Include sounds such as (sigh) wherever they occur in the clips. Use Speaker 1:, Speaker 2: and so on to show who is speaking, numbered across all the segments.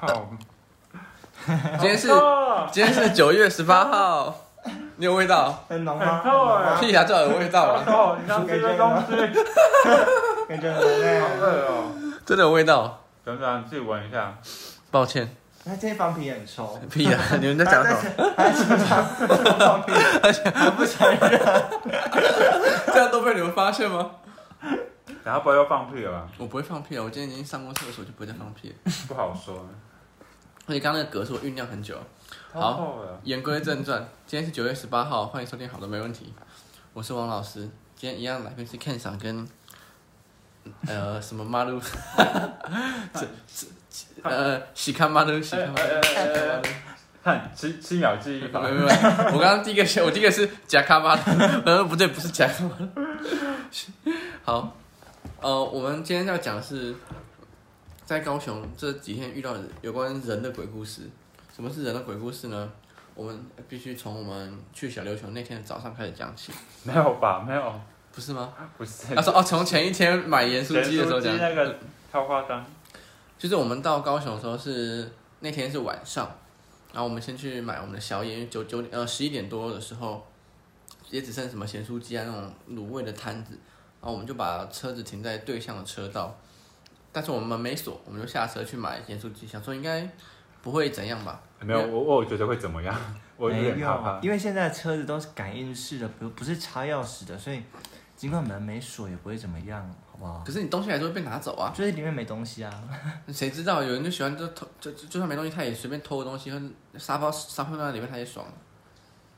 Speaker 1: 靠，
Speaker 2: 今天是
Speaker 1: 哦
Speaker 2: 今天是九月十八号，你有味道？
Speaker 3: 很浓
Speaker 1: 很
Speaker 3: 吗？
Speaker 1: 臭哎
Speaker 2: 屁呀，这有味道
Speaker 1: 好
Speaker 2: 啊！
Speaker 1: 臭！你刚吃的东西，
Speaker 3: 感觉很浓
Speaker 1: 好
Speaker 3: 哎。
Speaker 1: (laughs) 饿哦。
Speaker 2: 真的有味道，
Speaker 1: 等等，你自己闻一下。
Speaker 2: 抱歉。
Speaker 3: 那这方皮很稠。
Speaker 2: 屁呀，你们在讲
Speaker 3: (laughs)
Speaker 2: 什么？
Speaker 3: 还是放屁，还不承认。
Speaker 2: 这样都被你们发现吗？
Speaker 1: 然后不要又放屁了吧？
Speaker 2: 我不会放屁啊！我今天已经上过厕所，就不会再放屁了。
Speaker 1: 不好说。
Speaker 2: 而且刚刚那个嗝是我酝酿很久。啊
Speaker 1: 超臭的。
Speaker 2: 言归正传，今天是九月十八号，欢迎收听《好的没问题》，我是王老师。今天一样来宾是 Ken 赏跟呃什么马 (laughs) 路，这这呃喜看马路喜看马路
Speaker 1: 哎哎哎哎哎
Speaker 2: 喜看
Speaker 1: 看七七秒记忆
Speaker 2: 马
Speaker 1: 法
Speaker 2: 路，没。有没有，我刚刚第一个先我第一个是贾卡马路，呃不对不是贾卡马路，好，呃我们今天要讲的是在高雄这几天遇到的有关人的鬼故事。什么是人的鬼故事呢？我们必须从我们去小琉球那天的早上开始讲起，
Speaker 1: 没有吧？没有，
Speaker 2: 不是吗？
Speaker 1: 不是。
Speaker 2: 他说哦，从前一天买盐酥鸡的时候
Speaker 1: 咸
Speaker 2: 讲
Speaker 1: 酥鸡，哎那个超夸张。
Speaker 2: 就是我们到高雄的时候是那天是晚上，然后我们先去买我们的宵夜，因为九九点呃十一点多的时候，也只剩什么咸酥鸡啊那种卤味的摊子，然后我们就把车子停在对向的车道，但是我们门没锁，我们就下车去买盐酥鸡，想说应该不会怎样吧，
Speaker 1: 没有，我我觉得会怎么样？ (laughs) 我有点
Speaker 3: 没
Speaker 1: 怕
Speaker 3: 有
Speaker 1: 怕，。
Speaker 3: 因为现在的车子都是感应式的，不不是插钥匙的，所以尽管门没锁也不会怎么样，好不好？
Speaker 2: 可是你东西还是会被拿走啊。
Speaker 3: 就是里面没东西啊，
Speaker 2: (laughs) 谁知道有人就喜欢就偷，就就就算没东西，他也随便偷个东西，或者沙包沙发放在里面他也爽。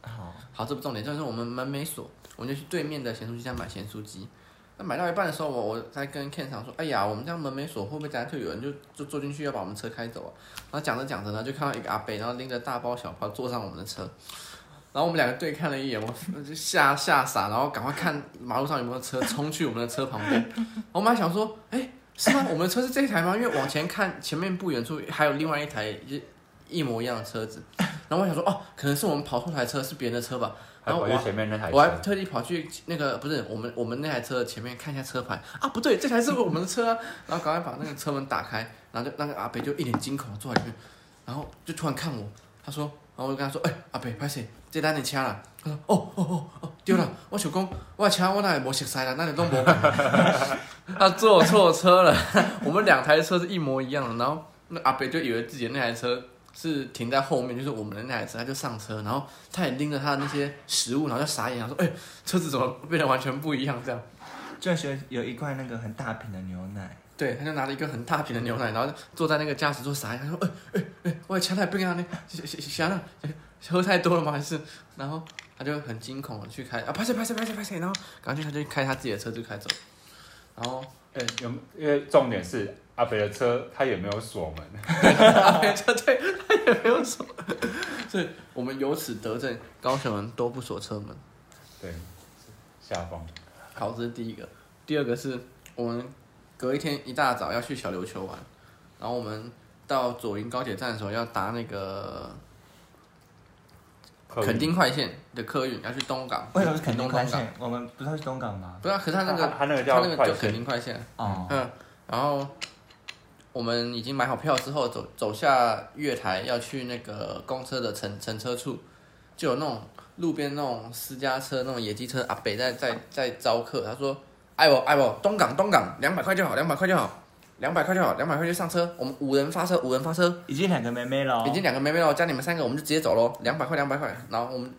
Speaker 3: 好，
Speaker 2: 好，这不重点，就是我们门没锁，我们就去对面的咸酥鸡家买咸酥鸡。那买到一半的时候，我我在跟 Ken 厂说，哎呀，我们这样门没锁，会不会等下就有人就就坐进去要把我们车开走啊？然后讲着讲着呢，就看到一个阿伯，然后拎着大包小包坐上我们的车，然后我们两个对看了一眼，我我就吓吓傻，然后赶快看马路上有没有车冲去我们的车旁边。我们还想说，哎，是吗？我们的车是这一台吗？因为往前看，前面不远处还有另外一台一一模一样的车子。然后我想说，哦，可能是我们跑错台车，是别人的车吧。
Speaker 1: 还
Speaker 2: 然后
Speaker 1: 跑
Speaker 2: 我
Speaker 1: 去前面那台
Speaker 2: 我还
Speaker 1: 车，
Speaker 2: 特地跑去那个不是我们我们那台车的前面看一下车牌啊，不对，这台是我们的车啊，然后赶快把那个车门打开，然后就那个阿北就一脸惊恐地坐在里面，然后就突然看我，他说，然后我就跟他说，哎、阿北，拍谁？这单你掐了？他说，哦哦哦哦，丢了，我想讲，我的车我哪会无熟悉啦，那你都无。他坐错车了，我们两台车是一模一样的，然后那阿北就以为自己的那台车。是停在后面，就是我们的那台车，他就上车，然后他也拎着他的那些食物，然后就傻眼，他说：“哎、车子怎么变得完全不一样？”这样，
Speaker 3: 这时有一块那个很大瓶的牛奶，
Speaker 2: 对，他就拿了一个很大瓶的牛奶，然后坐在那个驾驶座傻眼，他说：“哎哎哎，我的枪太冰啊，你想想想啊，喝太多了吗？还是？”然后他就很惊恐的去开啊，拍谁拍谁拍谁拍谁，然后赶快去他就开他自己的车就开走，然后 (laughs)
Speaker 1: 哎，有，因为重点是阿北的车他也没有锁门，
Speaker 2: 阿北车队他也 (laughs) 没有锁，所以我们由此得证，高雄人都不锁车门。
Speaker 1: 对，下风。
Speaker 2: 好，这是第一个。第二个是我们隔一天一大早要去小琉球玩，然后我们到左营高铁站的时候要搭那个
Speaker 1: 客运
Speaker 2: 垦丁快线的客运，要去东港。
Speaker 3: 为什么是肯定
Speaker 2: 东
Speaker 3: 快
Speaker 2: 港？
Speaker 3: 线？我们不是去东港吗？
Speaker 2: 不是啊，可是他那个
Speaker 1: 他他那个
Speaker 2: 他
Speaker 1: 叫
Speaker 2: 那个
Speaker 1: 快
Speaker 2: 就垦
Speaker 1: 线，
Speaker 2: 丁快线。
Speaker 3: 哦，
Speaker 2: 嗯，然后我们已经买好票之后，走走下月台要去那个公车的乘乘车处，就有那种路边那种私家车、那种野鸡车阿北在在在招客，他说：“哎我哎我东港东港，两百块就好，两百块就好，两百块就好，两百块就上车，我们五人发车，五人发车。”
Speaker 3: 已经两个妹妹了哦，
Speaker 2: 已经两个妹妹了，加你们三个，我们就直接走喽，两百块，两百块。然后我们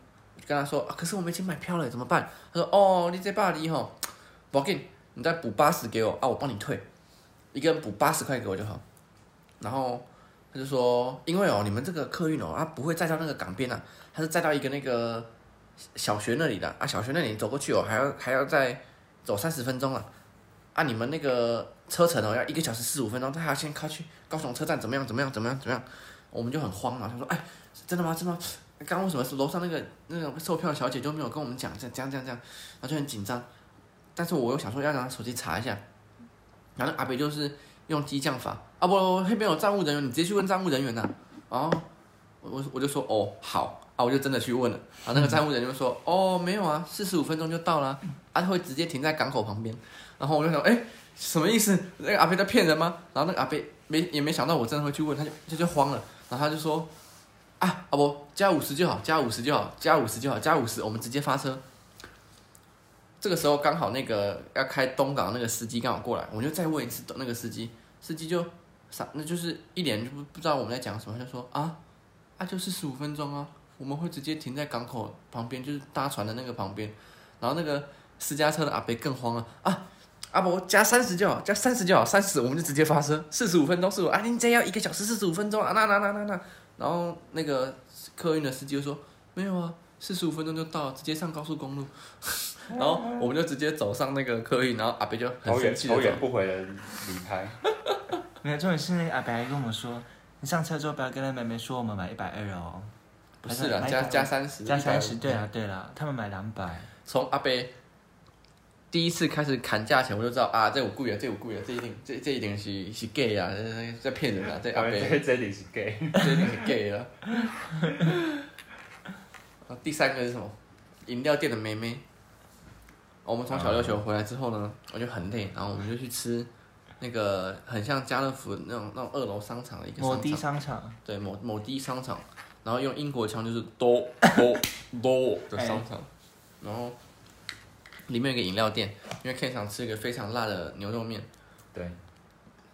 Speaker 2: 跟他说，啊、可是我们已经买票了，怎么办？他说，哦，你这巴黎吼，不给，你再补八十给我啊，我帮你退，一个人补八十块给我就好。然后他就说，因为哦，你们这个客运哦，他不会载到那个港边啊，他是载到一个那个小学那里的啊，小学那里走过去哦，还要还要再走三十分钟啊。啊，你们那个车程哦，要一个小时四十五分钟，他还要先开去高雄车站，怎么样？怎么样？怎么样？怎么样？我们就很慌了，他说：“哎，真的吗？真的吗？刚刚为什么是楼上那个那个售票小姐就没有跟我们讲这样这样这样这样？”然后就很紧张，但是我又想说要拿手机查一下，然后那阿北就是用激将法啊不，那边有站务人员，你直接去问站务人员呐、然后我我我就说：“哦，好啊！”我就真的去问了，然后那个站务人员就说：“啊哦，没有啊，四十五分钟就到了啊，他会直接停在港口旁边。”然后我就想：“哎，什么意思？那个阿伯在骗人吗？然后那个阿伯没也没想到我真的会去问，他就他就慌了，然后他就说啊，阿伯加五十就好，加五十就好，加五十就好，加五十，我们直接发车。这个时候刚好那个要开东港那个司机刚好过来，我就再问一次那个司机，司机就傻，那就是一脸就不不知道我们在讲什么，他就说啊啊就是十五分钟啊，我们会直接停在港口旁边，就是搭船的那个旁边，然后那个私家车的阿伯更慌了啊。阿伯加三十就好，加三十就好，三十我们就直接发车，四十五分钟，四十五啊，您再要一个小时四十五分钟啊，那那那那那，然后那个客运的司机就说没有啊，四十五分钟就到，直接上高速公路， (laughs) 然后我们就直接走上那个客运，然后阿北就很
Speaker 1: 头也
Speaker 2: 生气的
Speaker 1: 头也
Speaker 2: 走，
Speaker 1: 不回的离开。
Speaker 3: 没有，重点是那个阿伯还跟我们说，你上车之后不要跟他妹妹说我们买一百二哦，
Speaker 2: 不是啦，加加三十，
Speaker 3: 加三十，对，啊对啦，他们买两百，
Speaker 2: 从阿北第一次开始砍价钱，我就知道啊，这有贵啊，这有贵啊，这一定这这一定是是 gay 啊，这这在骗人啊，这阿
Speaker 1: 他
Speaker 2: 北
Speaker 1: 们。这这里是 gay，
Speaker 2: 这一定是 gay 了。 (laughs) 啊第三个是什么？饮料店的妹妹。我们从小琉球回来之后呢，我就很累，然后我们就去吃那个很像家乐福那种那种二楼商场的一个
Speaker 3: 某
Speaker 2: 商
Speaker 3: 地
Speaker 2: 场，
Speaker 3: 商场，
Speaker 2: 对某某地商场，然后用英国腔就是多多多的商场，然后里面有一个饮料店，因为 K 想吃一个非常辣的牛肉面。
Speaker 1: 对，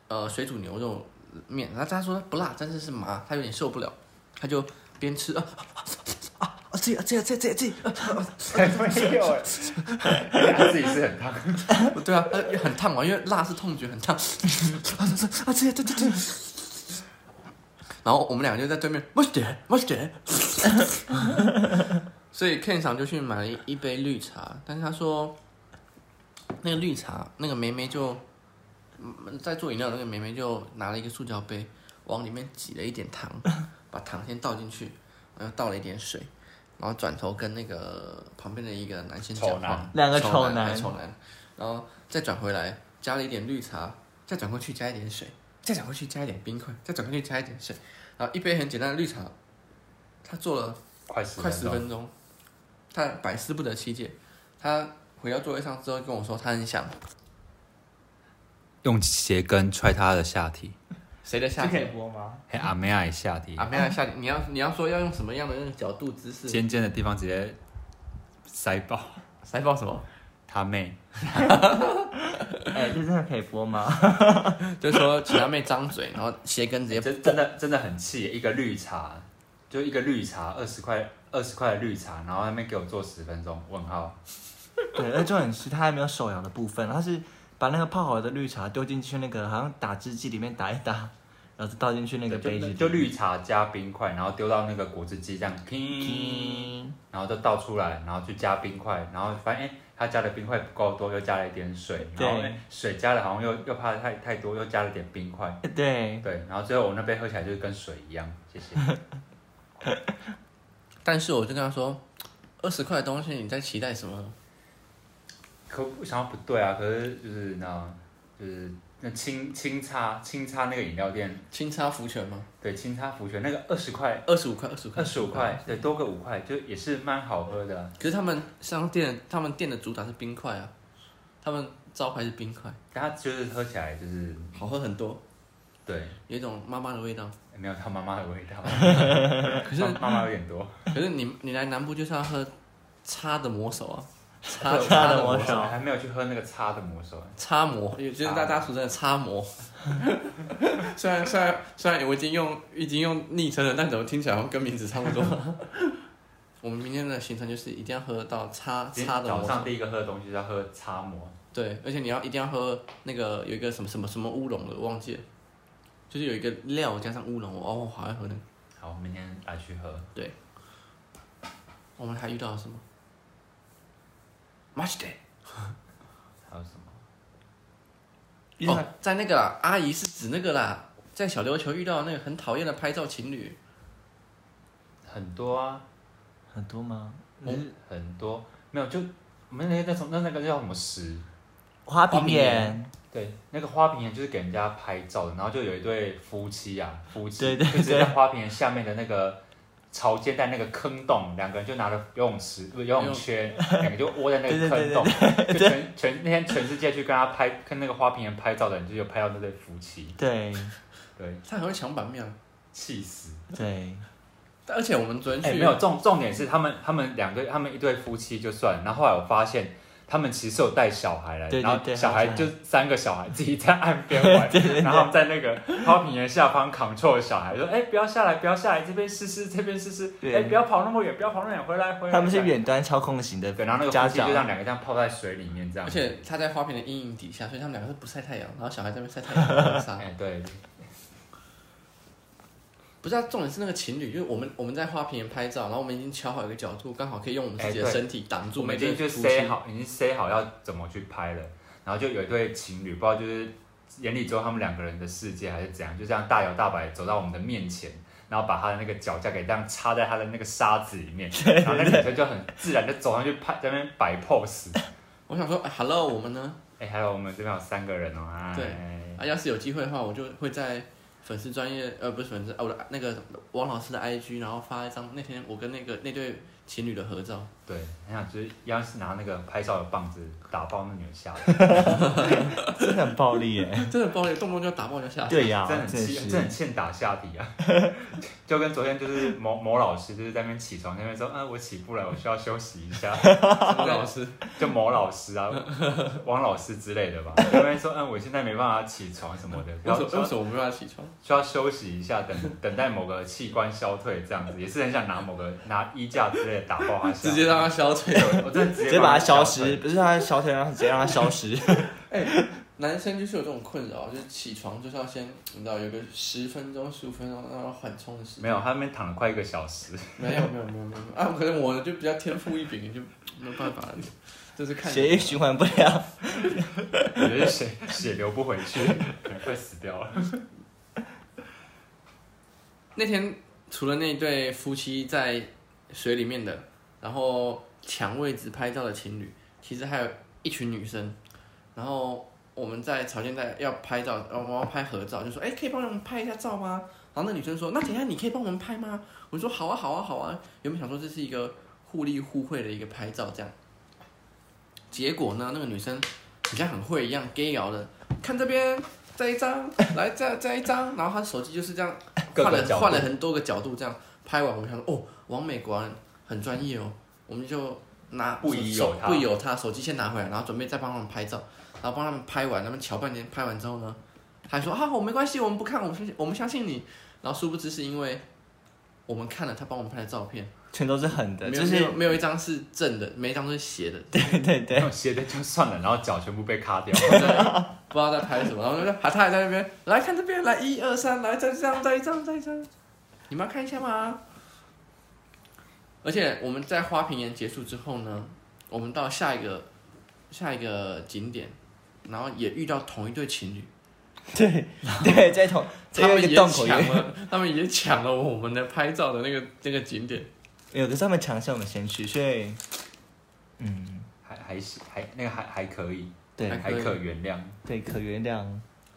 Speaker 2: 呃水煮牛肉面，然后他说不辣，但是是麻，他有点受不了，他就边吃啊啊啊啊这啊这啊这啊这啊这啊，
Speaker 1: 才没有哎，他自己是很烫，
Speaker 2: 对啊，他也很烫嘛，因为辣是痛觉，很烫，啊这 (laughs) 啊这啊这这这，然后我们两个就在对面，我点我点，所以 Ken 厂就去买了一一杯绿茶，但是他说那个绿茶那个梅梅就。嗯在做饮料的那个梅梅就拿了一个塑胶杯，往里面挤了一点
Speaker 3: (laughs)
Speaker 2: 糖，把糖先倒进去，然后倒了一点水，然后转头跟那个旁边的一个男生讲
Speaker 1: 丑男
Speaker 2: 话，
Speaker 3: 两个
Speaker 2: 丑
Speaker 3: 丑男
Speaker 2: 两个丑男，然后再转回来加了一点绿茶，再转过去加一点水，再转过去加一点冰块，再转过去加一点水，然后一杯很简单的绿茶，他做了
Speaker 1: 快十
Speaker 2: 快十
Speaker 1: 钟，
Speaker 2: 分钟，他百思不得其解，他回到座位上之后跟我说他很想
Speaker 4: 用鞋跟踹他的下体，
Speaker 2: 谁的下
Speaker 3: 这可
Speaker 2: 体。
Speaker 3: 以播
Speaker 1: (laughs)
Speaker 3: 吗？
Speaker 4: 嘿阿梅亚的下体，
Speaker 2: 啊，没有下，你要你要说要用什么样的那个角度姿势？
Speaker 4: 尖尖的地方直接塞爆
Speaker 2: 塞爆什么？
Speaker 4: 他妹，
Speaker 3: 哎，这真的可以播吗？ (laughs)
Speaker 2: 就是说请他妹张嘴，然后鞋跟
Speaker 1: (laughs)
Speaker 2: 直
Speaker 1: 欸
Speaker 2: 接
Speaker 1: 真真的真的很气，一个绿茶，就一个绿茶，二十块二十块的绿茶，然后他们给我做十分钟，问号，
Speaker 3: 对，而重点是它还没有手摇的部分，它是把那个泡好的绿茶丢进去那个好像打汁机里面打一 (laughs) 打，然后再倒进去那个
Speaker 1: 就
Speaker 3: 杯子里
Speaker 1: 就绿茶加冰块，然后丢到那个果汁机这样，叮，
Speaker 3: 嗯
Speaker 1: 然后就倒出来，然后去加冰块，然后发现哎。他加的冰块不够多，又加了一点水，然后
Speaker 3: 对
Speaker 1: 哎水加的好像又又怕太太多，又加了点冰块，
Speaker 3: 对，
Speaker 1: 对，然后最后我那杯喝起来就是跟水一样，谢谢。
Speaker 2: 但是我就跟他说，二十块的东西你在期待什么？
Speaker 1: 可我想要不对啊，可是就是那，就是那清清擦清擦那个饮料店，
Speaker 2: 清差福泉吗？
Speaker 1: 对，清擦福泉那个二十块、
Speaker 2: 二十五块，二十五块，
Speaker 1: 二十五。块，对，多个五块，就也是蛮好喝的啊。
Speaker 2: 可是他们商店，他们店的主打是冰块啊，他们招牌是冰块，
Speaker 1: 但它就是喝起来就是
Speaker 2: 好喝很多，
Speaker 1: 对，
Speaker 2: 有一种妈妈的味道。
Speaker 1: 没有他妈妈的味道，
Speaker 2: (laughs)
Speaker 1: (laughs)
Speaker 2: 可是
Speaker 1: 妈妈妈有点多，
Speaker 2: 可是你你来南部就是要喝擦的魔 (laughs) 手啊，擦
Speaker 1: 对
Speaker 3: 擦的
Speaker 2: 魔
Speaker 3: 魔
Speaker 1: 我
Speaker 3: 手
Speaker 1: 还没有去喝那个擦的魔手，
Speaker 2: 擦膜，也就是大家俗称的擦膜。 (laughs) 虽然虽然虽然我已经用已经用昵称了，但怎么听起来好像跟名字差不 (laughs) 多？我们明天的行程就是一定要喝到擦
Speaker 1: 今
Speaker 2: 啊擦
Speaker 1: 天
Speaker 2: 的
Speaker 1: 早
Speaker 2: 魔
Speaker 1: 上
Speaker 2: 手，
Speaker 1: 第一个喝的东西是要喝擦魔，
Speaker 2: 对，而且你要一定要喝那个有一个什么什么什么乌龙的，我忘记了，就是有一个料加上乌龙，我哦，我好爱喝那个。
Speaker 1: 好，明天来去喝。
Speaker 2: 我们还遇到了什么 m a s h
Speaker 1: 还有什么？
Speaker 3: 因为它
Speaker 2: 哦，在那个啦，阿姨是指那个啦，在小琉球遇到那个很讨厌的拍照情侣。
Speaker 1: 很多啊，
Speaker 3: 很多吗？呃
Speaker 1: 很很多，没有就我们那那种那那个叫什么石，
Speaker 3: 花
Speaker 2: 瓶
Speaker 3: 瓶
Speaker 2: 眼
Speaker 3: 眼，
Speaker 1: 对，那个花瓶岩就是给人家拍照的，然后就有一对夫妻啊，夫妻
Speaker 3: 对对
Speaker 1: 就直接在花瓶岩下面的那个潮间带那个坑洞，两个人就拿着游泳池、不是游
Speaker 2: 游泳
Speaker 1: 泳 (laughs) 圈，两个就窝在那个坑洞，就全全那天全世界去跟他拍，跟那个花瓶人拍照的人，就有拍到那对夫妻，
Speaker 3: 对
Speaker 1: 对，
Speaker 2: 他很会抢版面啊。
Speaker 1: 气死。
Speaker 3: 对，
Speaker 2: 但而且我们昨天
Speaker 1: 哎、
Speaker 2: 去
Speaker 1: 没有重重点是他们他们两对他们一对夫妻就算，然后后来我发现他们其实是有带小孩来，
Speaker 3: 对对
Speaker 1: 然后
Speaker 3: 对
Speaker 1: 小
Speaker 3: 好
Speaker 1: 孩
Speaker 3: 像
Speaker 1: 就三个小孩自己在岸边
Speaker 3: (laughs)
Speaker 1: 玩，然后在那个花瓶的下方 control 小孩说，哎、不要下来不要下来，这边试试这边试试，哎、
Speaker 3: 对
Speaker 1: 不要跑那么远不要跑那么远，回来回来，
Speaker 3: 他们是
Speaker 1: 回来
Speaker 3: 远端操控型的
Speaker 1: 对，然后那
Speaker 3: 家
Speaker 1: 个夫妻就
Speaker 3: 长，
Speaker 1: 让两个这样泡在水里面这样，
Speaker 2: 而且他在花瓶的阴影底下，所以他们两个是不晒太阳，然后小孩在那边晒太阳很傻
Speaker 1: 哎、。对，
Speaker 2: 不是、啊，重点是那个情侣，就是我们我们在花瓶拍照，然后我们已经瞧好一个角度，刚好可以用我们自己
Speaker 1: 哎
Speaker 2: 的
Speaker 1: 对
Speaker 2: 身体挡
Speaker 1: 我
Speaker 2: 住
Speaker 1: 们
Speaker 2: 那
Speaker 1: 已经
Speaker 2: 对
Speaker 1: 就
Speaker 2: 夫妻。
Speaker 1: 塞好，已经塞好要怎么去拍了，然后就有一对情侣，不知道就是眼里只有他们两个人的世界还是怎样，就这样大摇大摆走到我们的面前，然后把他的那个脚架给这样插在他的那个沙子里面，然后那女生就很自然的走上去拍，在那边摆 pose。
Speaker 2: 我想说、哎、，Hello，我们呢？
Speaker 1: 哎、还有我们这边有三个人哦，哎，
Speaker 2: 对啊，要是有机会的话，我就会在粉丝专业，呃，不是粉丝，呃，我的那个王老师的 IG，然后发一张那天我跟那个那对情侣的合照。
Speaker 1: 对，很想就是要是拿那个拍照的棒子打爆那女的下巴，
Speaker 3: 真的很暴力耶。
Speaker 2: 真的暴力，动不动就打爆就 (laughs) 下。
Speaker 3: 对
Speaker 1: (laughs)
Speaker 3: 呀、
Speaker 1: 真的很
Speaker 3: 真的
Speaker 1: 欠，真的很
Speaker 3: 是，
Speaker 1: 欠打下体
Speaker 2: (laughs)
Speaker 1: 啊！就跟昨天就是某某老师就是在那边起床，在那边说，嗯，我起不来，我需要休息一下。
Speaker 2: (laughs) 王老师，
Speaker 1: 就某老师啊，王老师之类的吧，在那边说，嗯，我现在没办法起床什么的，
Speaker 2: 为
Speaker 1: 然后
Speaker 2: 什么为
Speaker 1: 说
Speaker 2: 什么我没办法起 (laughs) 床？
Speaker 1: 需要休息一下，等等待某个器官消退这样子，也是很想拿某个拿衣架之类的打爆他下
Speaker 2: 直
Speaker 1: 巴。
Speaker 2: 接让他消退。
Speaker 1: 我真的直接
Speaker 3: 直接把它消
Speaker 1: 消
Speaker 3: 失，
Speaker 1: 退。
Speaker 3: 不是它消退，让它直接让它消失。
Speaker 2: 哎、男生就是有这种困扰，就是起床就是要先，你知道有个十分钟、十五分钟让他缓冲的时间。
Speaker 1: 没有，他那边躺了快一个小时，
Speaker 2: 没有，没有，没有，没有啊！可能我就比较天赋异禀，就没有办法，就是看
Speaker 3: 血液循环不良，
Speaker 1: 我觉得血血流不回去， (laughs) 可能快死掉了。
Speaker 2: 那天除了那对夫妻在水里面的，然后抢位置拍照的情侣，其实还有一群女生。然后我们在潮间带要拍照，然后我们要拍合照，就说：“哎，可以帮我们拍一下照吗？”然后那女生说：“那等一下你可以帮我们拍吗？”我说：“好啊，好啊，好啊。”原本想说这是一个互利互惠的一个拍照，这样。结果呢，那个女生好像很会一样，gay 摇的，看这边，这一张，来再再一张，然后她手机就是这样
Speaker 1: 各
Speaker 2: 换
Speaker 1: 个
Speaker 2: 了
Speaker 1: 角度
Speaker 2: 换了很多个角度，这样拍完，我们想说，哦，王美果然很专业哦，我们就拿
Speaker 1: 不疑
Speaker 2: 手
Speaker 1: 有他
Speaker 2: 不疑有他，手机先拿回来，然后准备再帮他们拍照，然后帮他们拍完，他们瞧半天，拍完之后呢，还说啊，我没关系，我们不看，我们相信我们相信你，然后殊不知是因为。我们看了他帮我们拍的照片，
Speaker 3: 全都是狠的，
Speaker 2: 没有
Speaker 3: 就
Speaker 2: 没
Speaker 3: 是
Speaker 2: 有没有一张是正的，每一张都是斜的，
Speaker 3: 对对对
Speaker 1: 那，种斜的就算了，然后脚全部被卡掉。
Speaker 2: 不知道在拍什么，然后就还他还在那边来看这边，来一二三，来再这样再一张再一张，你们要看一下吗？而且我们在花瓶岩结束之后呢，我们到下一个下一个景点，然后也遇到同一对情侣，
Speaker 3: 对 (laughs) 对，在同
Speaker 2: 他
Speaker 3: 在
Speaker 2: 们
Speaker 3: 一
Speaker 2: 也
Speaker 3: 个洞口
Speaker 2: 抢了，他们也抢了我们的拍照的那个那个景点，
Speaker 3: 有个上面抢是我们先去，所以嗯，
Speaker 1: 还还是还那个还还可以，
Speaker 3: 对
Speaker 1: 还可原谅。
Speaker 3: 对，可原谅。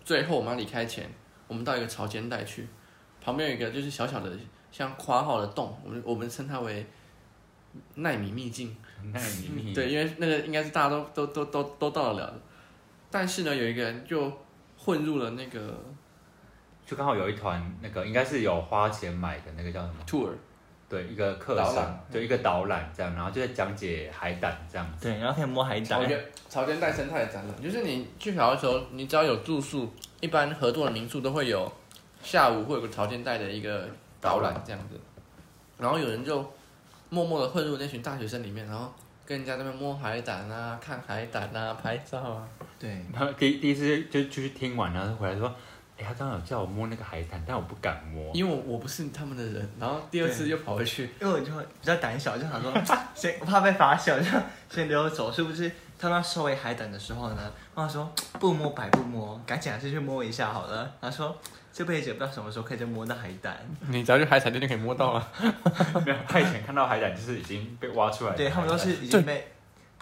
Speaker 2: 最后我们要离开前，我们到一个潮间带去，旁边有一个就是小小的像括号的洞，我们我们称它为纳米秘境。
Speaker 1: 那你你
Speaker 2: 对，因为那个应该是大家都都都都都到得了的，但是呢，有一个人就混入了那个
Speaker 1: 就刚好有一团那个应该是有花钱买的那个叫什么？
Speaker 2: tour，
Speaker 1: 对，一个课
Speaker 2: 导
Speaker 1: 程
Speaker 2: 览，
Speaker 1: 对，一个导览这样，然后就在讲解海胆这样。
Speaker 3: 对，然后可以摸海
Speaker 2: 潮
Speaker 3: 胆，
Speaker 2: 间潮间带生态展览，就是你去小的时候，你只要有住宿，一般合作的民宿都会有下午会有个潮间带的一个导览这样子，然后有人就默默的混入那群大学生里面，然后跟人家在那边摸海胆啊、看海胆啊、拍照啊，
Speaker 3: 对，
Speaker 1: 然后第第一次就就去听完，然后回来说，哎，他刚刚有叫我摸那个海胆，但我不敢 (laughs) 摸。
Speaker 2: 因为我我不是他们的人，然后第二次又跑回去。
Speaker 3: 因为我就会比较胆小，就想说先我怕被罚笑，就先溜走，是不是？他们要收尾海胆的时候呢，妈妈说不摸白不摸，赶紧还啊是去摸一下好了。他说这辈子也不知道什么时候可以再摸到海胆，
Speaker 2: 你只要去海产店就可以摸到了。
Speaker 1: 没有，他以前看到海胆就是已经被挖出来的海胆。
Speaker 3: 对他们都是已经被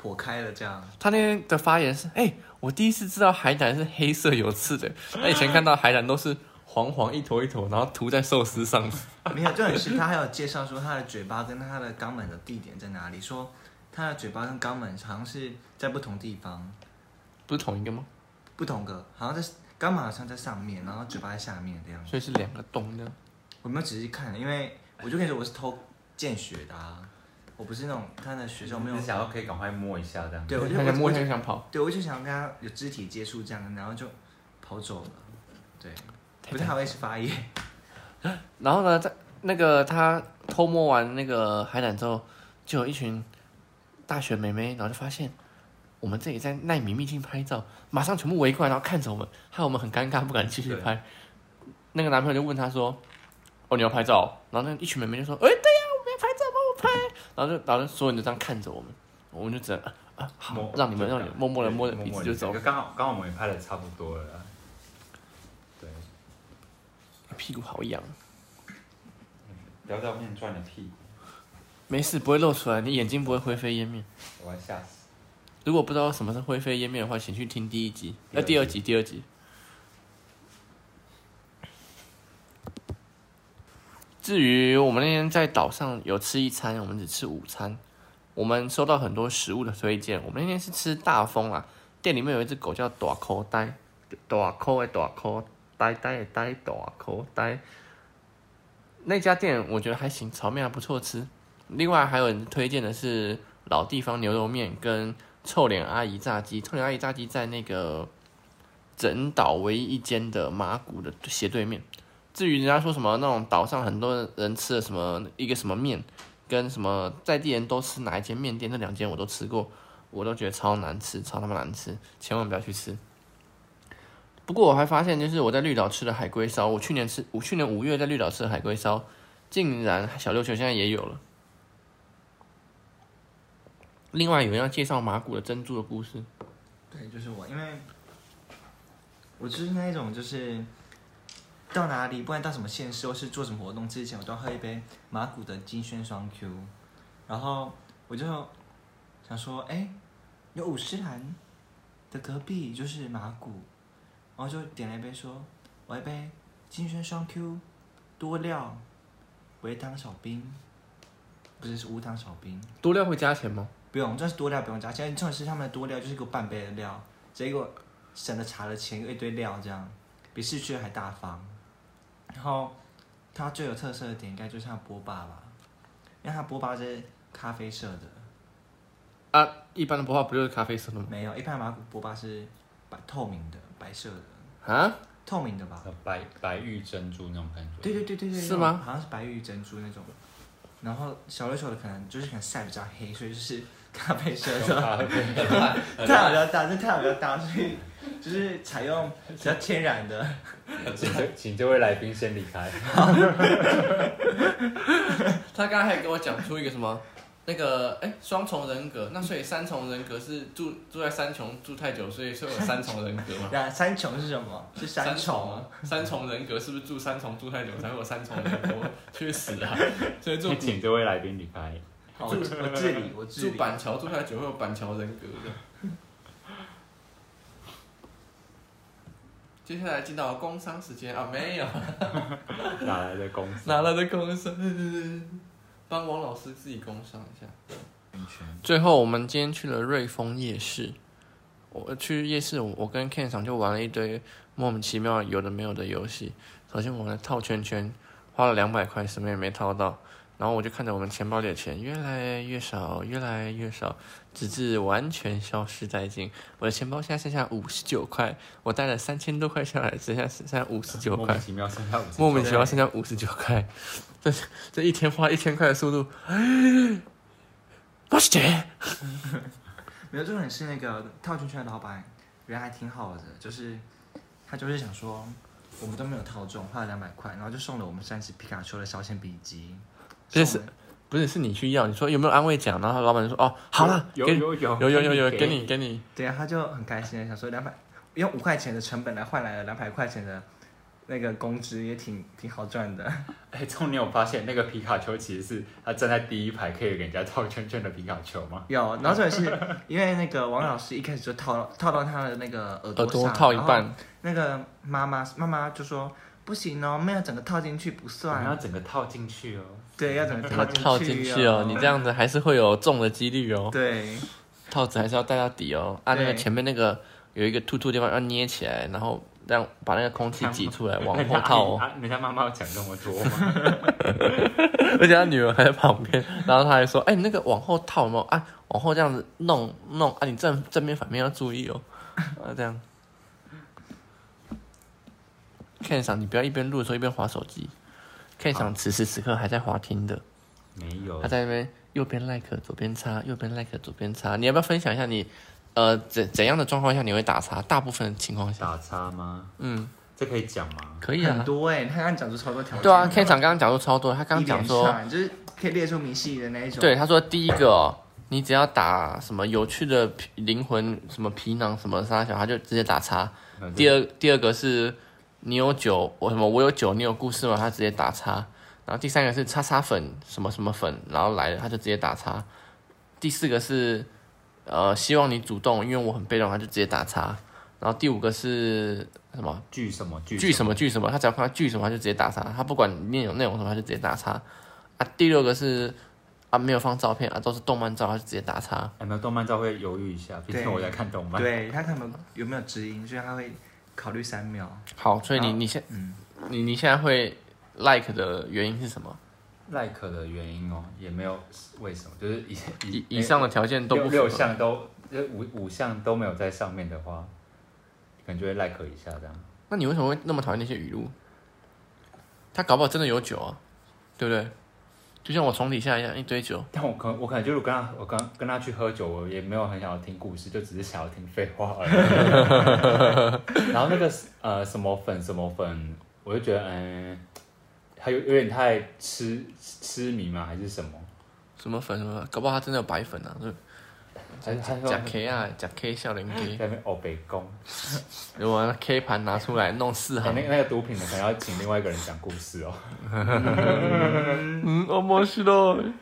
Speaker 3: 剖开了这样。
Speaker 2: 他那天的发言是：哎、我第一次知道海胆是黑色有刺的，他以前看到海胆都是黄黄一坨一坨，然后涂在寿司上。
Speaker 3: (laughs) 没有，重点是他还有介绍说他的嘴巴跟他的肛门的地点在哪里，说他的嘴巴跟肛门好像是在不同地方，
Speaker 2: 不是同一个吗？
Speaker 3: 不同个，好像在肛门好像在上面，然后嘴巴在下面这样。
Speaker 2: 所以是两个洞的。
Speaker 3: 我没有仔细看，因为我就跟你说我是偷见学的、啊，我不是那种他的学生我没
Speaker 1: (laughs)
Speaker 3: 有
Speaker 1: 你。想要可以赶快摸一下这样。
Speaker 3: 对，我就
Speaker 2: 他想摸，(laughs)
Speaker 3: 我
Speaker 2: 他
Speaker 3: 就
Speaker 2: 想跑，
Speaker 3: 对，我就想跟他有肢体接触这样，然后就跑走了。对，
Speaker 2: 太
Speaker 3: 不是还会是发炎，
Speaker 2: 然后呢，在那个他偷摸完那个海胆之后，就有一群大学妹妹，然后就发现我们这里在纳米秘境拍照，马上全部围过来，然后看着我们，害我们很尴尬，不敢继续拍。那个男朋友就问他说：“哦，你要拍照哦？”然后那一群妹妹就说：“哎，对呀、我们要拍照，帮我拍。”然后就然后就所有人就这样看着我们，我们就只能啊啊好
Speaker 1: 摸，
Speaker 2: 让你们让你们默默的摸着
Speaker 1: 对
Speaker 2: 鼻子就走，
Speaker 1: 刚好刚好我们也拍的差不多了啦。啊对，
Speaker 2: 屁股好痒，
Speaker 1: 不要在我面前转你的屁股，
Speaker 2: 没事不会露出来，你眼睛不会灰飞烟灭。
Speaker 1: 我要吓死。
Speaker 2: 如果不知道什么是灰飞烟灭的话，请去听第一集，呃，第
Speaker 1: 第
Speaker 2: 二
Speaker 1: 二
Speaker 2: 集，第二集。至于我们那天在岛上有吃一餐，我们只吃午餐。我们收到很多食物的推荐，我们那天是吃大风啊，店里面有一只狗叫短口呆，短口的短口呆呆的呆短口呆。那家店我觉得还行，炒面还不错吃。另外还有人推荐的是老地方牛肉面跟臭脸阿姨炸鸡，臭脸阿姨炸鸡在那个整岛唯一一间的麻古的斜对面。至于人家说什么那种岛上很多人吃的什么一个什么面，跟什么在地人都吃哪一间面店，那两间我都吃过，我都觉得超难吃，超他妈难吃，千万不要去吃。不过我还发现，就是我在绿岛吃的海龟烧，我去年吃，我去年五月在绿岛吃的海龟烧，竟然小琉球现在也有了。另外有人要介绍马古的珍珠的故事，
Speaker 3: 对，就是我，因为我就是那一种就是。到哪里，不管到什么县市或是做什么活动之前，我都要喝一杯马古的金萱双 Q，然后我就想说，哎，有五十岚的隔壁就是马古，然后就点了一杯说，我要一杯金萱双 Q，多料，微糖少冰，不是是无糖少冰，
Speaker 2: 多料会加钱吗？
Speaker 3: 不用，这是多料不用加钱，重点是他们的多料就是给我半杯的料，结果省了茶的钱，又一堆料这样，比市区的还大方。然后它最有特色的点应该就是它的波霸吧，因为它波霸是咖啡色的，
Speaker 2: 啊，一般的波霸不就是咖啡色的吗？
Speaker 3: 没有一般马古波霸是白透明的，白色的，
Speaker 2: 啊，
Speaker 3: 透明的吧？
Speaker 1: 白白玉珍珠那种感觉。
Speaker 3: 对对对对对，
Speaker 2: 是吗
Speaker 3: 好像是白玉珍珠那种。然后小琉球的可能就是可能晒比较黑，所以就是咖啡色的。
Speaker 2: (laughs)
Speaker 3: 太阳比较大，这太阳比较大，所以就是采 (laughs) 用比较天然的。
Speaker 1: 请这请这位来宾先离
Speaker 2: (laughs)
Speaker 1: 开。
Speaker 2: 他刚才还给我讲出一个什么，那个哎，双重人格，那所以三重人格是住住在三重住太久，所以所以有三重人格吗？
Speaker 3: 那三重是什么？是三重啊哦
Speaker 2: 重，啊三重人格是不是住三重住太久才会有三重人格？我去死啊！所以住
Speaker 1: 请请这位来宾离开。
Speaker 3: (laughs) 好，我我治理，我治
Speaker 2: 住
Speaker 3: 理。
Speaker 2: 板桥住太久会有板桥人格的。接下来进到工商时间啊，没有。
Speaker 1: 哪来的公司？
Speaker 2: (laughs) 拿了的工伤，帮王老师自己工伤一下。
Speaker 1: 安全
Speaker 2: 最后，我们今天去了瑞丰夜市。我去夜市，我我跟 Ken 厂就玩了一堆莫名其妙有的没有的游戏。首先，我们套圈圈，花了两百块，什么也没套到。然后我就看着我们钱包里的钱越来越少，越来越少，直至完全消失殆尽。我的钱包现在剩下五十九块，我带了三千多块下来，剩下剩下五十九
Speaker 1: 莫
Speaker 2: 块
Speaker 1: 名。其妙剩下五十。
Speaker 2: 莫名其妙剩下五十九块， (laughs) 这这一天花一千块的速度， (gasps) 八十姐，
Speaker 3: 没有重点是那个套圈圈的老板人还挺好的，就是他就是想说我们都没有套中，花了两百块，然后就送了我们三支皮卡丘的烧铅笔机。
Speaker 2: 这
Speaker 3: 送
Speaker 2: 是
Speaker 3: 了
Speaker 2: 不是是你去要，你说有没有安慰奖？然后老板就说哦，好了，
Speaker 1: 有
Speaker 2: 给
Speaker 1: 有有
Speaker 2: 有有有有，给。你给你，
Speaker 3: (laughs) 对啊，他就很开心，想说两百用五块钱的成本来换来了两百块钱的那个工资，也挺挺好赚的。
Speaker 1: 哎，重点我发现那个皮卡丘其实是他站在第一排可以给人家套圈圈的皮卡丘吗？
Speaker 3: 有，然后重点是因为那个王老师一开始就套套到他的那个耳朵
Speaker 2: 耳
Speaker 3: 上，
Speaker 2: 朵套一
Speaker 3: 然后
Speaker 2: 半，
Speaker 3: 那个妈妈妈妈就说：“不行哦，妹要整个套进去不
Speaker 2: 啊
Speaker 1: 我们要
Speaker 3: 算，
Speaker 1: 整个套进去哦。
Speaker 3: 对，要整个
Speaker 2: 把它嗯套进
Speaker 3: 去
Speaker 2: 去哦，你这样子还是会有中的几率哦。
Speaker 3: 对
Speaker 2: 套子还是要戴到底哦。啊，那个
Speaker 3: 对
Speaker 2: 前面那个有一个突突地方要捏起来，然后让把那个空气挤出来，往
Speaker 1: 人家
Speaker 2: 后
Speaker 1: 阿姨
Speaker 2: 套哦。
Speaker 1: 啊人家妈妈有讲那么多吗？
Speaker 2: (laughs) 而且他女儿还在旁边，然后他还说：“哎、你那个往后套有没有？啊，往后这样子弄弄啊，你正正面反面要注意哦。”啊，这样。看赏，你不要一边录的时候一边划手机。看赏此时此刻还在滑听的，
Speaker 1: 没
Speaker 3: 哦
Speaker 1: 有
Speaker 2: 他，在那边右边 like 左边叉，右边 like 左边叉。你要不要分享一下你呃怎怎样的状况下你会打叉？大部分的情况下，
Speaker 1: 打叉吗？
Speaker 2: 嗯，
Speaker 1: 这可以讲吗？
Speaker 2: 可以
Speaker 3: 很
Speaker 2: 啊。
Speaker 3: 多哎，他刚刚讲出超多条件的，
Speaker 2: 对啊，K 场刚刚讲出超多，他刚
Speaker 3: 一
Speaker 2: 刚
Speaker 3: 连
Speaker 2: 讲说。
Speaker 3: 串就是可以列出明细的那一种，
Speaker 2: 对，他说第一个、哦，你只要打什么有趣的皮灵魂、什么皮囊、什么沙小，他就直接打叉。
Speaker 1: 那就
Speaker 2: 第二第二个是你有酒，我什么我有酒，你有故事吗？他直接打叉。然后第三个是叉叉粉什么什么粉，然后来了他就直接打叉。第四个是呃希望你主动，因为我很被动，他就直接打叉。然后第五个是什么？
Speaker 1: 句呃什么句
Speaker 2: 剧
Speaker 1: 么？
Speaker 2: 什么剧什么，他只要看到剧什么，他就直接打叉，他不管内容内容什么，他就直接打叉。啊，第六个是啊，没有放照片啊，都是动漫照，他就直接打叉。
Speaker 1: 哎有没有动漫照会犹豫一下？毕竟
Speaker 3: 对
Speaker 1: 我在看动漫。
Speaker 3: 对他看他们有没有指引，所以他会考虑三秒。
Speaker 2: 好，所以你
Speaker 3: 好
Speaker 2: 你现
Speaker 3: 嗯，
Speaker 2: 你你现在会 like 的原因是什么？
Speaker 1: like 的原因哦，也没有为什么，就是以哎
Speaker 2: 以以上的条件都
Speaker 1: 六
Speaker 2: 不符
Speaker 1: 六
Speaker 2: 合。
Speaker 1: 项都呃五五项都没有在上面的话，可能就会 like 一下这样。
Speaker 2: 那你为什么会那么讨厌那些语录？他搞不好真的有酒啊，对不对？就像我床底下一样，一堆酒。
Speaker 1: 但我可能我可能就是跟他我刚跟他去喝酒，我也没有很想要听故事，就只是想要听废话而已。 (laughs) 然后那个呃什么粉什么粉，我就觉得嗯，他有有点太痴痴迷嘛，还是什么？
Speaker 2: 什么粉什么粉，搞不好他真的有白粉啊！就
Speaker 1: 还是还是
Speaker 2: 假
Speaker 1: 在
Speaker 2: K 啊，假 K 笑脸
Speaker 1: (laughs)
Speaker 2: K，
Speaker 1: 那边哦北宫，
Speaker 2: 如果 K 盘拿出来弄四
Speaker 1: 哎
Speaker 2: 行
Speaker 1: 那，个那个毒品的可能要请另外一个人讲故事 (laughs) 哦。
Speaker 2: 嗯，面白い。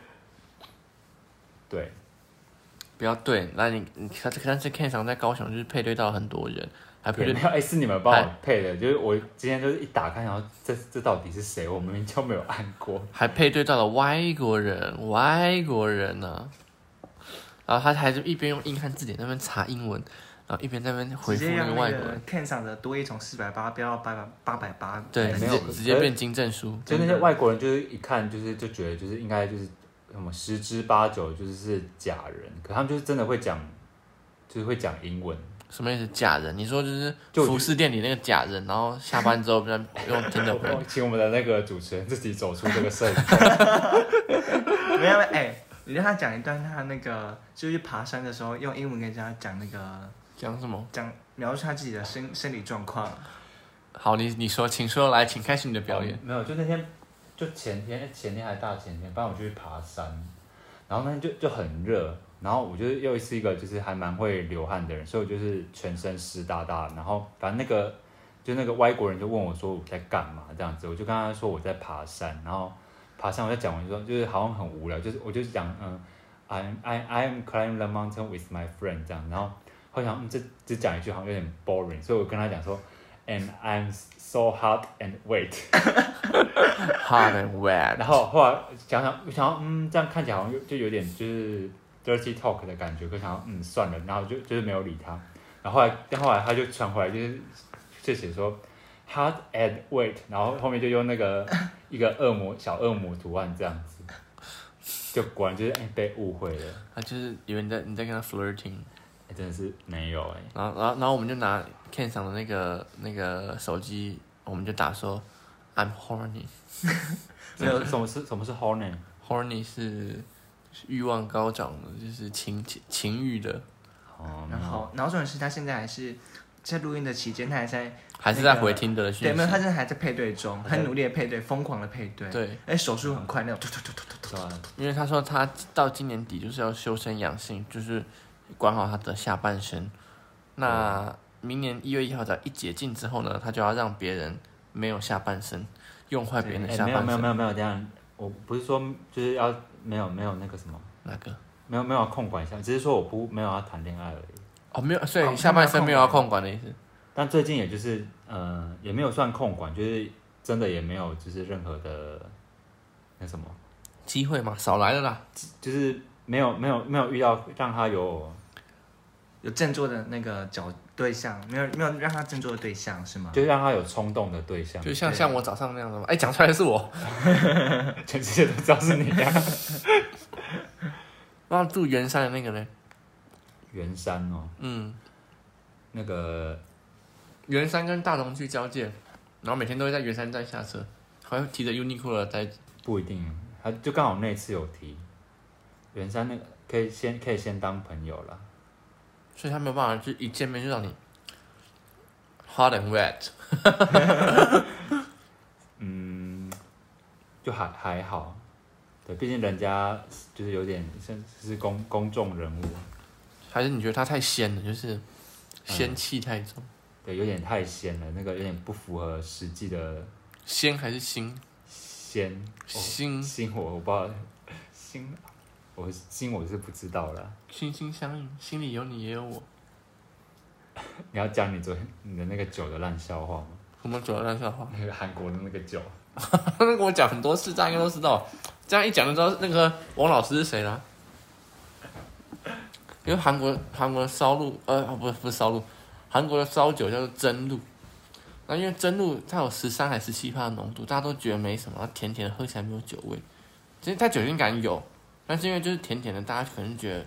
Speaker 1: 对，
Speaker 2: 不要对，那你你看，但是 Ken 常在高雄就是配对到很多人，还配
Speaker 1: 也
Speaker 2: 对
Speaker 1: 没有哎、是你们帮我配的，就是我今天就是一打开，然后这这到底是谁？我明明就没有按过。
Speaker 2: 还配对到了外国人，外国人呢、然后他还是一边用硬汉字典在那边查英文，然后一边在那边回
Speaker 3: 直
Speaker 2: 复那
Speaker 3: 接让
Speaker 2: 个
Speaker 3: 那
Speaker 2: 外国
Speaker 3: 个
Speaker 2: 人，
Speaker 3: Ken 上的多一从四百八飙到八百八百八，
Speaker 1: 哎
Speaker 2: 对，
Speaker 1: 没
Speaker 2: 直
Speaker 1: 有
Speaker 2: 接
Speaker 1: 可是
Speaker 2: 直接变金证书。
Speaker 1: 就
Speaker 3: 真
Speaker 1: 那
Speaker 3: 的
Speaker 1: 些外国人，就是一看就是就觉得就是应该就是什么十之八九就是是假人，可他们就是真的会讲，就是会讲英文。
Speaker 2: 什么意思？假人？你说就是
Speaker 1: 就。
Speaker 2: 服饰店里那个假人，然后下班之后不然用真的回 (laughs) 来
Speaker 1: 请我们的那个主持人自己走出这个摄影，
Speaker 3: 没有哎、你让他讲一段他那个就是去爬山的时候用英文跟人家讲那个
Speaker 2: 讲什么？
Speaker 3: 讲描述他自己的身身体状况，
Speaker 2: 好，你你说，请说来，请开始你的表演。
Speaker 1: 哦没有，就那天就前天哎前天还大前天，反正我去爬山，然后那天就就很热，然后我就是又是一个就是还蛮会流汗的人，所以我就是全身湿哒哒，然后反正那个就那个外国人就问我说我在干嘛这样子，我就跟他说我在爬山，然后爬山我就讲我就说就是好像很无聊，就是我就讲嗯，I'm I I'm climbing the mountain with my friend 这样，然后好像嗯这只讲一句好像有点 boring，所以我跟他讲说，and I'm so hot and wet，
Speaker 2: Hot and wet。
Speaker 1: 然后后来想想我想要嗯这样看起来好像就就有点就是 dirty talk 的感觉，可想要嗯算了，然后就就是没有理他，然后后来但后来他就传回来就是就写说 hot and wet，然后后面就用那个 (laughs) 一个恶魔小恶魔图案这样子。就果然就是哎、被误会了，
Speaker 2: 他啊就是以为你在你在跟他 flirting，
Speaker 1: 哎、真的是没有哎、
Speaker 2: 然后然后然后我们就拿 Ken 上的那个那个手机，我们就打说 I'm horny，horny
Speaker 1: 没有什么是什么是 horny？
Speaker 2: 是是欲望高涨的，就是情情情欲的，
Speaker 1: 哦，
Speaker 3: 然后然后重点是他现在还是在录音的期间，他还在
Speaker 2: 还是在回听的讯
Speaker 3: 对
Speaker 2: 息
Speaker 3: 没有，他现在还在配对中，很努力的配对，疯狂的配对，，
Speaker 2: 对，
Speaker 3: 哎、手速很快那种，突突突突突突
Speaker 1: 是吧？
Speaker 2: 因为他说他到今年底就是要修身养性，就是管好他的下半身。那明年一月一号只要一解禁之后呢，他就要让别人没有下半身，用坏别人的
Speaker 1: 哎、
Speaker 2: 下
Speaker 1: 没
Speaker 2: 半
Speaker 1: 有没有
Speaker 2: 身。
Speaker 1: 没有没有这样，我不是说就是要没有没有那个什么，
Speaker 2: 哪个？
Speaker 1: 没有没有要控管一下，只是说我不没有要谈恋爱而已。
Speaker 2: 哦，没有，所
Speaker 3: 哦
Speaker 2: 以下半身没有要控管的意思。
Speaker 1: 但最近也就是呃也没有算控管，就是真的也没有就是任何的那什么，
Speaker 2: 机会嘛，少来了啦。
Speaker 1: 就是没有没有没有遇到让他有
Speaker 3: 有振作的那个角对象，没有没有让他振作的对象是吗？
Speaker 1: 就是让他有冲动的对象，
Speaker 2: 就像像我早上那样的嘛，哎，讲出来的是我。
Speaker 1: 全世界都知道是你呀。
Speaker 2: 那住圆山的那个呢？
Speaker 1: 圆山哦，
Speaker 2: 嗯，
Speaker 1: 那个
Speaker 2: 圆山跟大同区交界，然后每天都会在圆山站下车，还会提着 Uniqlo 的袋子。
Speaker 1: 不一定，他就刚好那次有提，圆山那个可以先可以先当朋友啦。
Speaker 2: 所以他没有办法，就一见面就让你 hot and wet。
Speaker 1: 嗯，就还还好，对，毕竟人家就是有点像是公公众人物，
Speaker 2: 还是你觉得他太仙了，就是仙气太重？
Speaker 1: 对，有点太仙了，那个有点不符合实际的
Speaker 2: 仙还是心？
Speaker 1: 仙。哦
Speaker 2: 心
Speaker 1: 心我我不知道，心我心我是不知道啦。
Speaker 2: 心心相印，心里有你也有我。
Speaker 1: 你要讲你昨天你的那个酒的烂笑话吗？
Speaker 2: 我们主要乱说话，
Speaker 1: 那个韩国的那个酒，
Speaker 2: 他跟我讲很多次，大家应该都知道。这样一讲就知道那个王老师是谁了。因为韩国韩国的烧鹿，呃，不是不是烧鹿，韩国的烧酒叫做真露。那因为真露它有十三还十七帕的浓度，大家都觉得没什么，它甜甜的，喝起来没有酒味。其实它酒精感有，但是因为就是甜甜的，大家可能觉得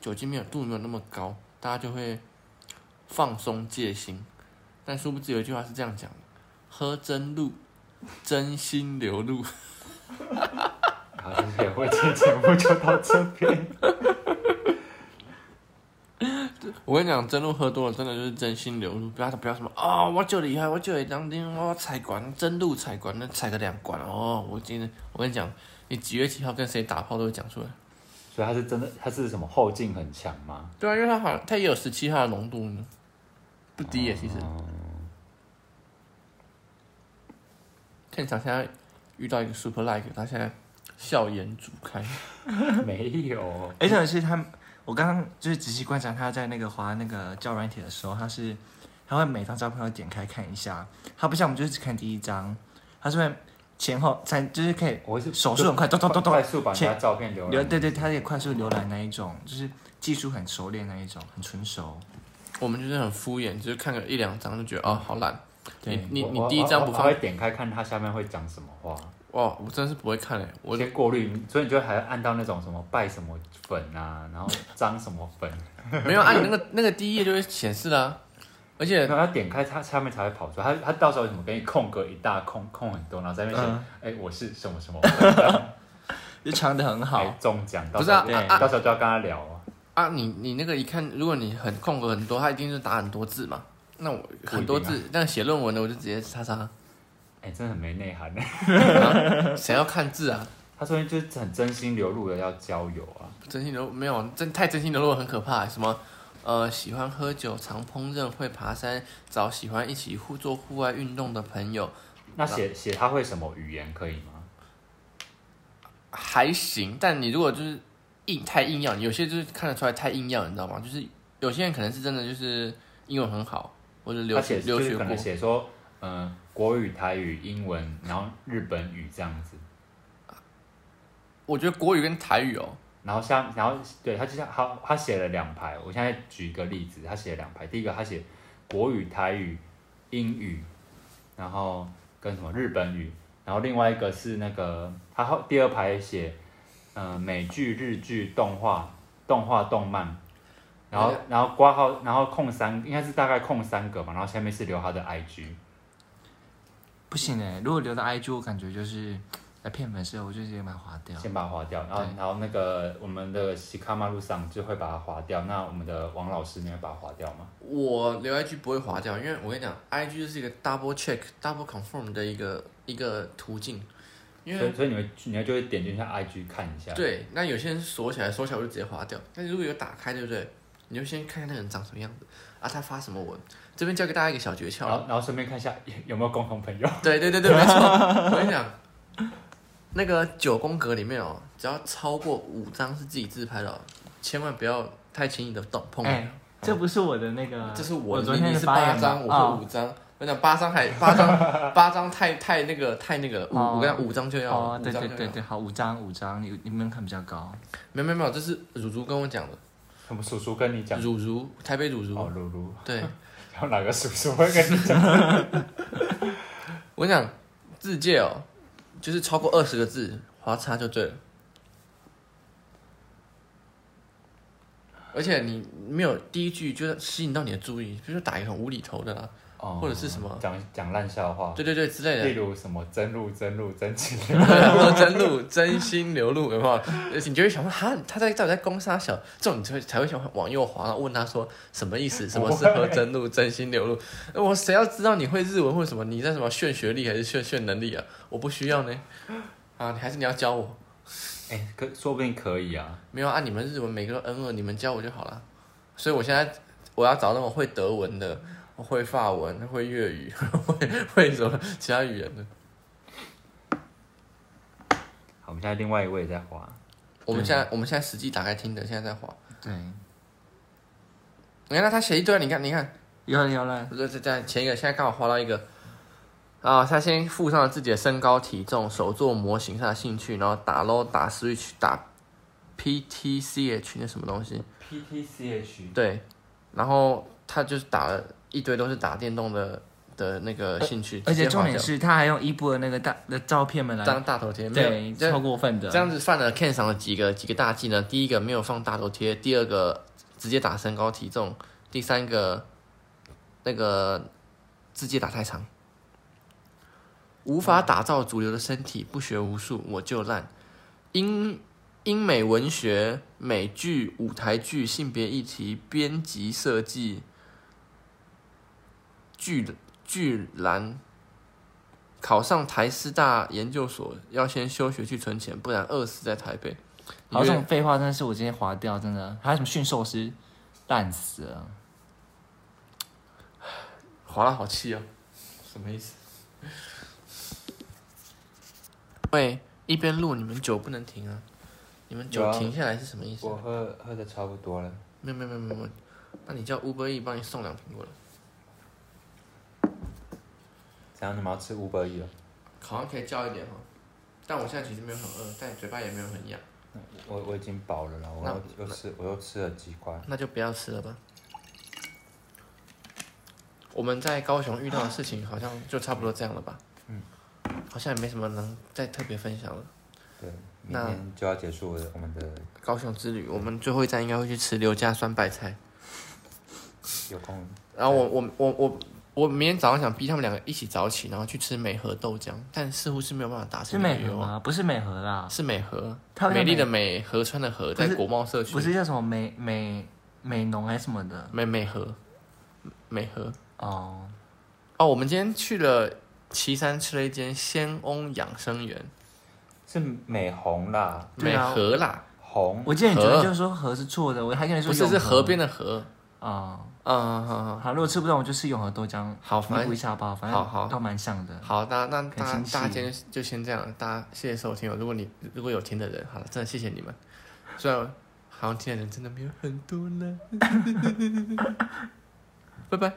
Speaker 2: 酒精没有度没有那么高，大家就会放松戒心。但殊不知有一句话是这样讲的：喝真露，真心流露。 (laughs)
Speaker 1: 好，谢谢。我今天节目就到这边。
Speaker 2: 我跟你讲，真露喝多了，真的就是真心流露，不要不要什么啊、我就厉害，我就会当兵，我采管真露采管，那采个两管哦。我今天我跟你讲，你几月几号跟谁打炮都会讲出来。
Speaker 1: 所以他是真的，他是什么后劲很强吗？
Speaker 2: 对啊，因为它好像它也有十七号的浓度呢，不低耶，其实。现场现在遇到一个 super like，他现在笑颜逐开。
Speaker 1: 没有，
Speaker 3: 而且是他，我刚刚就是仔细观察他在那个滑那个教软体的时候，他是他会每张照片都点开看一下，他不像我们就是只看第一张，他是会前后三就是可以
Speaker 1: 我是
Speaker 3: 手速很快，咚咚咚
Speaker 1: 快
Speaker 3: 咚，
Speaker 1: 速把人家照片浏
Speaker 3: 浏
Speaker 1: 览。
Speaker 3: 对对，他也快速浏览那一种，就是技术很熟练那一种，很纯熟。
Speaker 2: 我们就是很敷衍，就是看个一两张就觉得哦好懒。你
Speaker 3: 对，
Speaker 2: 你
Speaker 1: 我
Speaker 2: 你
Speaker 1: 嗯我
Speaker 2: 第一张不
Speaker 1: 我
Speaker 2: 放
Speaker 1: 我会点开看他下面会讲什么话，
Speaker 2: 哇，我真的是不会看嘞、欸我
Speaker 1: 我 (laughs) 先过滤，所以你就还要按到那种什么拜什么粉啊，然后张什么
Speaker 2: (laughs)
Speaker 1: 粉，
Speaker 2: 没有按、啊你那个那个第一页就会显示啦、而且
Speaker 1: 然后要点开它下面才会跑出来，它它到时候怎么给你空格一大空空很多，然后在那边写，
Speaker 2: 嗯
Speaker 1: 哎、我是什么什么，
Speaker 2: (laughs)
Speaker 3: 就唱的很
Speaker 1: 哎
Speaker 3: 好，
Speaker 1: 中奖，到
Speaker 2: 不
Speaker 1: 时
Speaker 2: 是
Speaker 1: 候
Speaker 2: 啊
Speaker 1: 对
Speaker 2: 啊啊
Speaker 1: 到时候就要跟他聊啊，
Speaker 2: 啊，你你那个一看，如果你很空格很多，它一定是打很多字嘛。那我
Speaker 1: 啊
Speaker 2: 很多字，那写论文的我就直接叉叉。
Speaker 1: 哎、真的很没内涵。 (laughs)
Speaker 2: 啊谁要看字啊？
Speaker 1: 他说就是很真心流露的要交友啊，
Speaker 2: 真心流没有真太真心流露很可怕、欸什么呃，喜欢喝酒、常烹饪、会爬山，找喜欢一起户做户外运动的朋友，
Speaker 1: 那
Speaker 2: 啊
Speaker 1: 写写他会什么语言可以吗？
Speaker 2: 还行。但你如果就是硬太硬要，有些就是看得出来太硬要，你知道吗？就是有些人可能是真的就是英文很好，或者留
Speaker 1: 他
Speaker 2: 学
Speaker 1: 写就
Speaker 2: 留
Speaker 1: 是
Speaker 2: 学
Speaker 1: 可
Speaker 2: 过
Speaker 1: 能，写说，嗯、国语、台语、英文，然后日本语这样子，
Speaker 2: 我觉得国语跟台语哦，
Speaker 1: 然后下，然后对他就像他他写了两排，我现在举一个例子，他写了两排，第一个他写国语、台语、英语，然后跟什么日本语，然后另外一个是那个他后第二排写，呃，美剧、日剧、动画、动画、动漫，然后
Speaker 2: 哎呀
Speaker 1: 然后挂号，然后空三，应该是大概空三个嘛，然后下面是留他的 IG，
Speaker 3: 不行哎、如果留到 IG，我感觉就是来骗粉丝，我就直接把它划掉。
Speaker 1: 先把它划掉，然后
Speaker 3: 对
Speaker 1: 然后那个我们的西卡马路上就会把它划掉，那我们的王老师你会把它划掉吗？
Speaker 2: 我留 IG 不会划掉，因为我跟你讲，IG 就是一个 double check、double confirm 的一个一个途径，因
Speaker 1: 所
Speaker 2: 为
Speaker 1: 以所以你会你会就会点进去 IG 看一下，，
Speaker 2: 对，那有些人是锁起来，锁起来我就直接划掉。但是如果有打开，对不对？你就先看看那个人长什么样子啊，他发什么文。这边教给大家一个小诀
Speaker 1: 然
Speaker 2: 窍，
Speaker 1: 后然后顺便看一下 (laughs) 有有没有共同朋友，
Speaker 2: 对对对对，没
Speaker 3: (laughs)
Speaker 2: 错。我跟你讲，那个九宫格里面哦，只要超过五张是自己自拍的哦，千万不要太轻易的动碰。
Speaker 3: 哎、这不是我的那个，
Speaker 2: 这是
Speaker 3: 我
Speaker 2: 我的，
Speaker 3: 昨
Speaker 2: 你
Speaker 3: 天
Speaker 2: 你
Speaker 3: 的
Speaker 2: 是
Speaker 3: 发言
Speaker 2: 八
Speaker 3: 吧
Speaker 2: 张，我
Speaker 3: 哦
Speaker 2: 会五张，我讲八张还八张 (laughs) 八张太太那个太那个了五，
Speaker 3: 哦
Speaker 2: 我跟你讲五张就要了，
Speaker 3: 哦，
Speaker 2: 五
Speaker 3: 对
Speaker 2: 张就
Speaker 3: 对
Speaker 2: 要
Speaker 3: 对
Speaker 2: 了
Speaker 3: 对，好，五张五张，你你门槛比较高。
Speaker 2: 没有没有没有，这是乳乳跟我讲的，
Speaker 1: (laughs) 什么叔叔跟你讲？
Speaker 2: 乳乳台北乳
Speaker 1: 哦，
Speaker 2: 乳，
Speaker 1: 露露，
Speaker 2: 对
Speaker 1: (laughs) 然后哪个叔叔会跟你讲？
Speaker 2: 我跟你讲字界哦，就是超过二十个字划叉就对了，而且你没有第一句就是吸引到你的注意，比如说打一个很无厘头的啦，
Speaker 1: (laughs) 哦
Speaker 2: 或者是什么
Speaker 1: 讲讲烂笑话，
Speaker 2: 对对对之类的
Speaker 1: 例，如什么真露真露真情，
Speaker 2: 说 (laughs) 真露，真心流露，有没有？而且你就会想说，哈，他在到底在攻杀小？这种你就会才会想往右滑，然后问他说什么意思？什么是
Speaker 1: 不
Speaker 2: 喝真露，真心流露？呃我谁要知道你会日文或者什么？你在什么炫学历还是炫炫能力啊？我不需要呢。啊，你还是你要教我？
Speaker 1: (laughs) 哎，可说不定可以啊。
Speaker 2: 没有按你们日文每个都 N 二，你们教我就好了。所以我现在我要找那种会德文的，会法文、会粤语、 (laughs) 会会什么其他语言的。
Speaker 1: 好，我们现在另外一位在滑，
Speaker 2: 我们现在我们现在实际打开听的，现在在滑。
Speaker 3: 对，
Speaker 2: 你看，那他写一堆，你看，你看，
Speaker 3: 有了有了，
Speaker 2: 不是在在前一个，现在刚好划到一个啊，他先附上了自己的身高、体重、手做模型、他的兴趣，然后打 LO、打 Switch、打 PTCH 那什么东西，
Speaker 1: P T C H
Speaker 2: 对，然后他就是打了一堆都是打电动的的那个兴趣，
Speaker 3: 呃而且
Speaker 2: 直接划
Speaker 3: 重
Speaker 2: 掉
Speaker 3: 点是他还用伊布的那个大的照片们来，
Speaker 2: 当大头贴，没有
Speaker 3: 对，
Speaker 2: 这
Speaker 3: 超过分的。
Speaker 2: 这样子犯了 Ken 上的几个几个大忌呢？第一个没有放大头贴，第二个直接打身高体重，第三个那个直接打太长，无
Speaker 3: 嗯
Speaker 2: 法打造主流的身体，不学无术我就烂。英英美文学、美剧、舞台剧、性别议题、编辑设计、巨巨蓝考上台师大研究所要先休学去存钱，不然饿死在台北。
Speaker 3: 好，
Speaker 2: 你
Speaker 3: 这种
Speaker 2: 越
Speaker 3: 废话真的是我今天划掉，真的。还有什么驯兽师，烂死了。
Speaker 2: 划了好气哦，什么意思？喂，一边录你们酒不能停啊，你们
Speaker 1: 有
Speaker 2: 酒
Speaker 1: 啊
Speaker 2: 停下来是什么意思？
Speaker 1: 我喝喝的差不多了，
Speaker 2: 没有没有没有没有没有，那你叫 Uber E 帮你送两瓶过来。
Speaker 1: 怎样？你们要吃五百亿了？
Speaker 2: 好像可以叫一点哈，但我现在其实没有很饿，但嘴巴也没有很痒，
Speaker 1: 我我已经饱了啦，我
Speaker 2: 那
Speaker 1: 又又吃我又吃了几块。
Speaker 2: 那就不要吃了吧。我们在高雄遇到的事情好像就差不多这样了吧？嗯，好像也没什么能再特别分享了。
Speaker 1: 对，明
Speaker 2: 那
Speaker 1: 天就要结束我的我们的
Speaker 2: 高雄之旅，我们最后一站应该会去吃刘家酸白菜。
Speaker 1: 有空，
Speaker 2: 然后我我我我我明天早上想逼他们两个一起早起，然后去吃美和豆浆，但似乎是没有办法达
Speaker 3: 是
Speaker 2: 成这个
Speaker 3: 美
Speaker 2: 愿
Speaker 3: 和
Speaker 2: 望。
Speaker 3: 吗？不是美和啦，
Speaker 2: 是美和，
Speaker 3: 它叫
Speaker 2: 美丽的美，河川的河，
Speaker 3: 不
Speaker 2: 在
Speaker 3: 是
Speaker 2: 国贸社区
Speaker 3: 不。是叫什么美美美农还是什么的
Speaker 2: 美美和，美和。
Speaker 3: 哦。
Speaker 2: 哦，我们今天去了岐山，吃了一间仙翁养生园，
Speaker 1: 是美红啦，
Speaker 3: 对
Speaker 2: 美
Speaker 3: 啊
Speaker 2: 和啦，
Speaker 1: 红
Speaker 3: 我记得你昨天
Speaker 2: 和
Speaker 3: 就是说河是错的，我还跟你说
Speaker 2: 嗯不是
Speaker 3: 永
Speaker 2: 是河边的河。
Speaker 3: 哦。
Speaker 2: 嗯，好好
Speaker 3: 好，如果吃不到，我就吃永和豆浆，
Speaker 2: 好，
Speaker 3: 弥
Speaker 2: 反
Speaker 3: 补
Speaker 2: 正
Speaker 3: 一下吧，反
Speaker 2: 好好
Speaker 3: 正都蛮像的。
Speaker 2: 好，那那
Speaker 3: 可以
Speaker 2: 大
Speaker 3: 先
Speaker 2: 大家
Speaker 3: 吃
Speaker 2: 今天就先这样，大家谢谢收听哦。如果你如果有听的人，好了，真的谢谢你们。虽然 (laughs) 好像听的人真的没有很多呢，拜拜。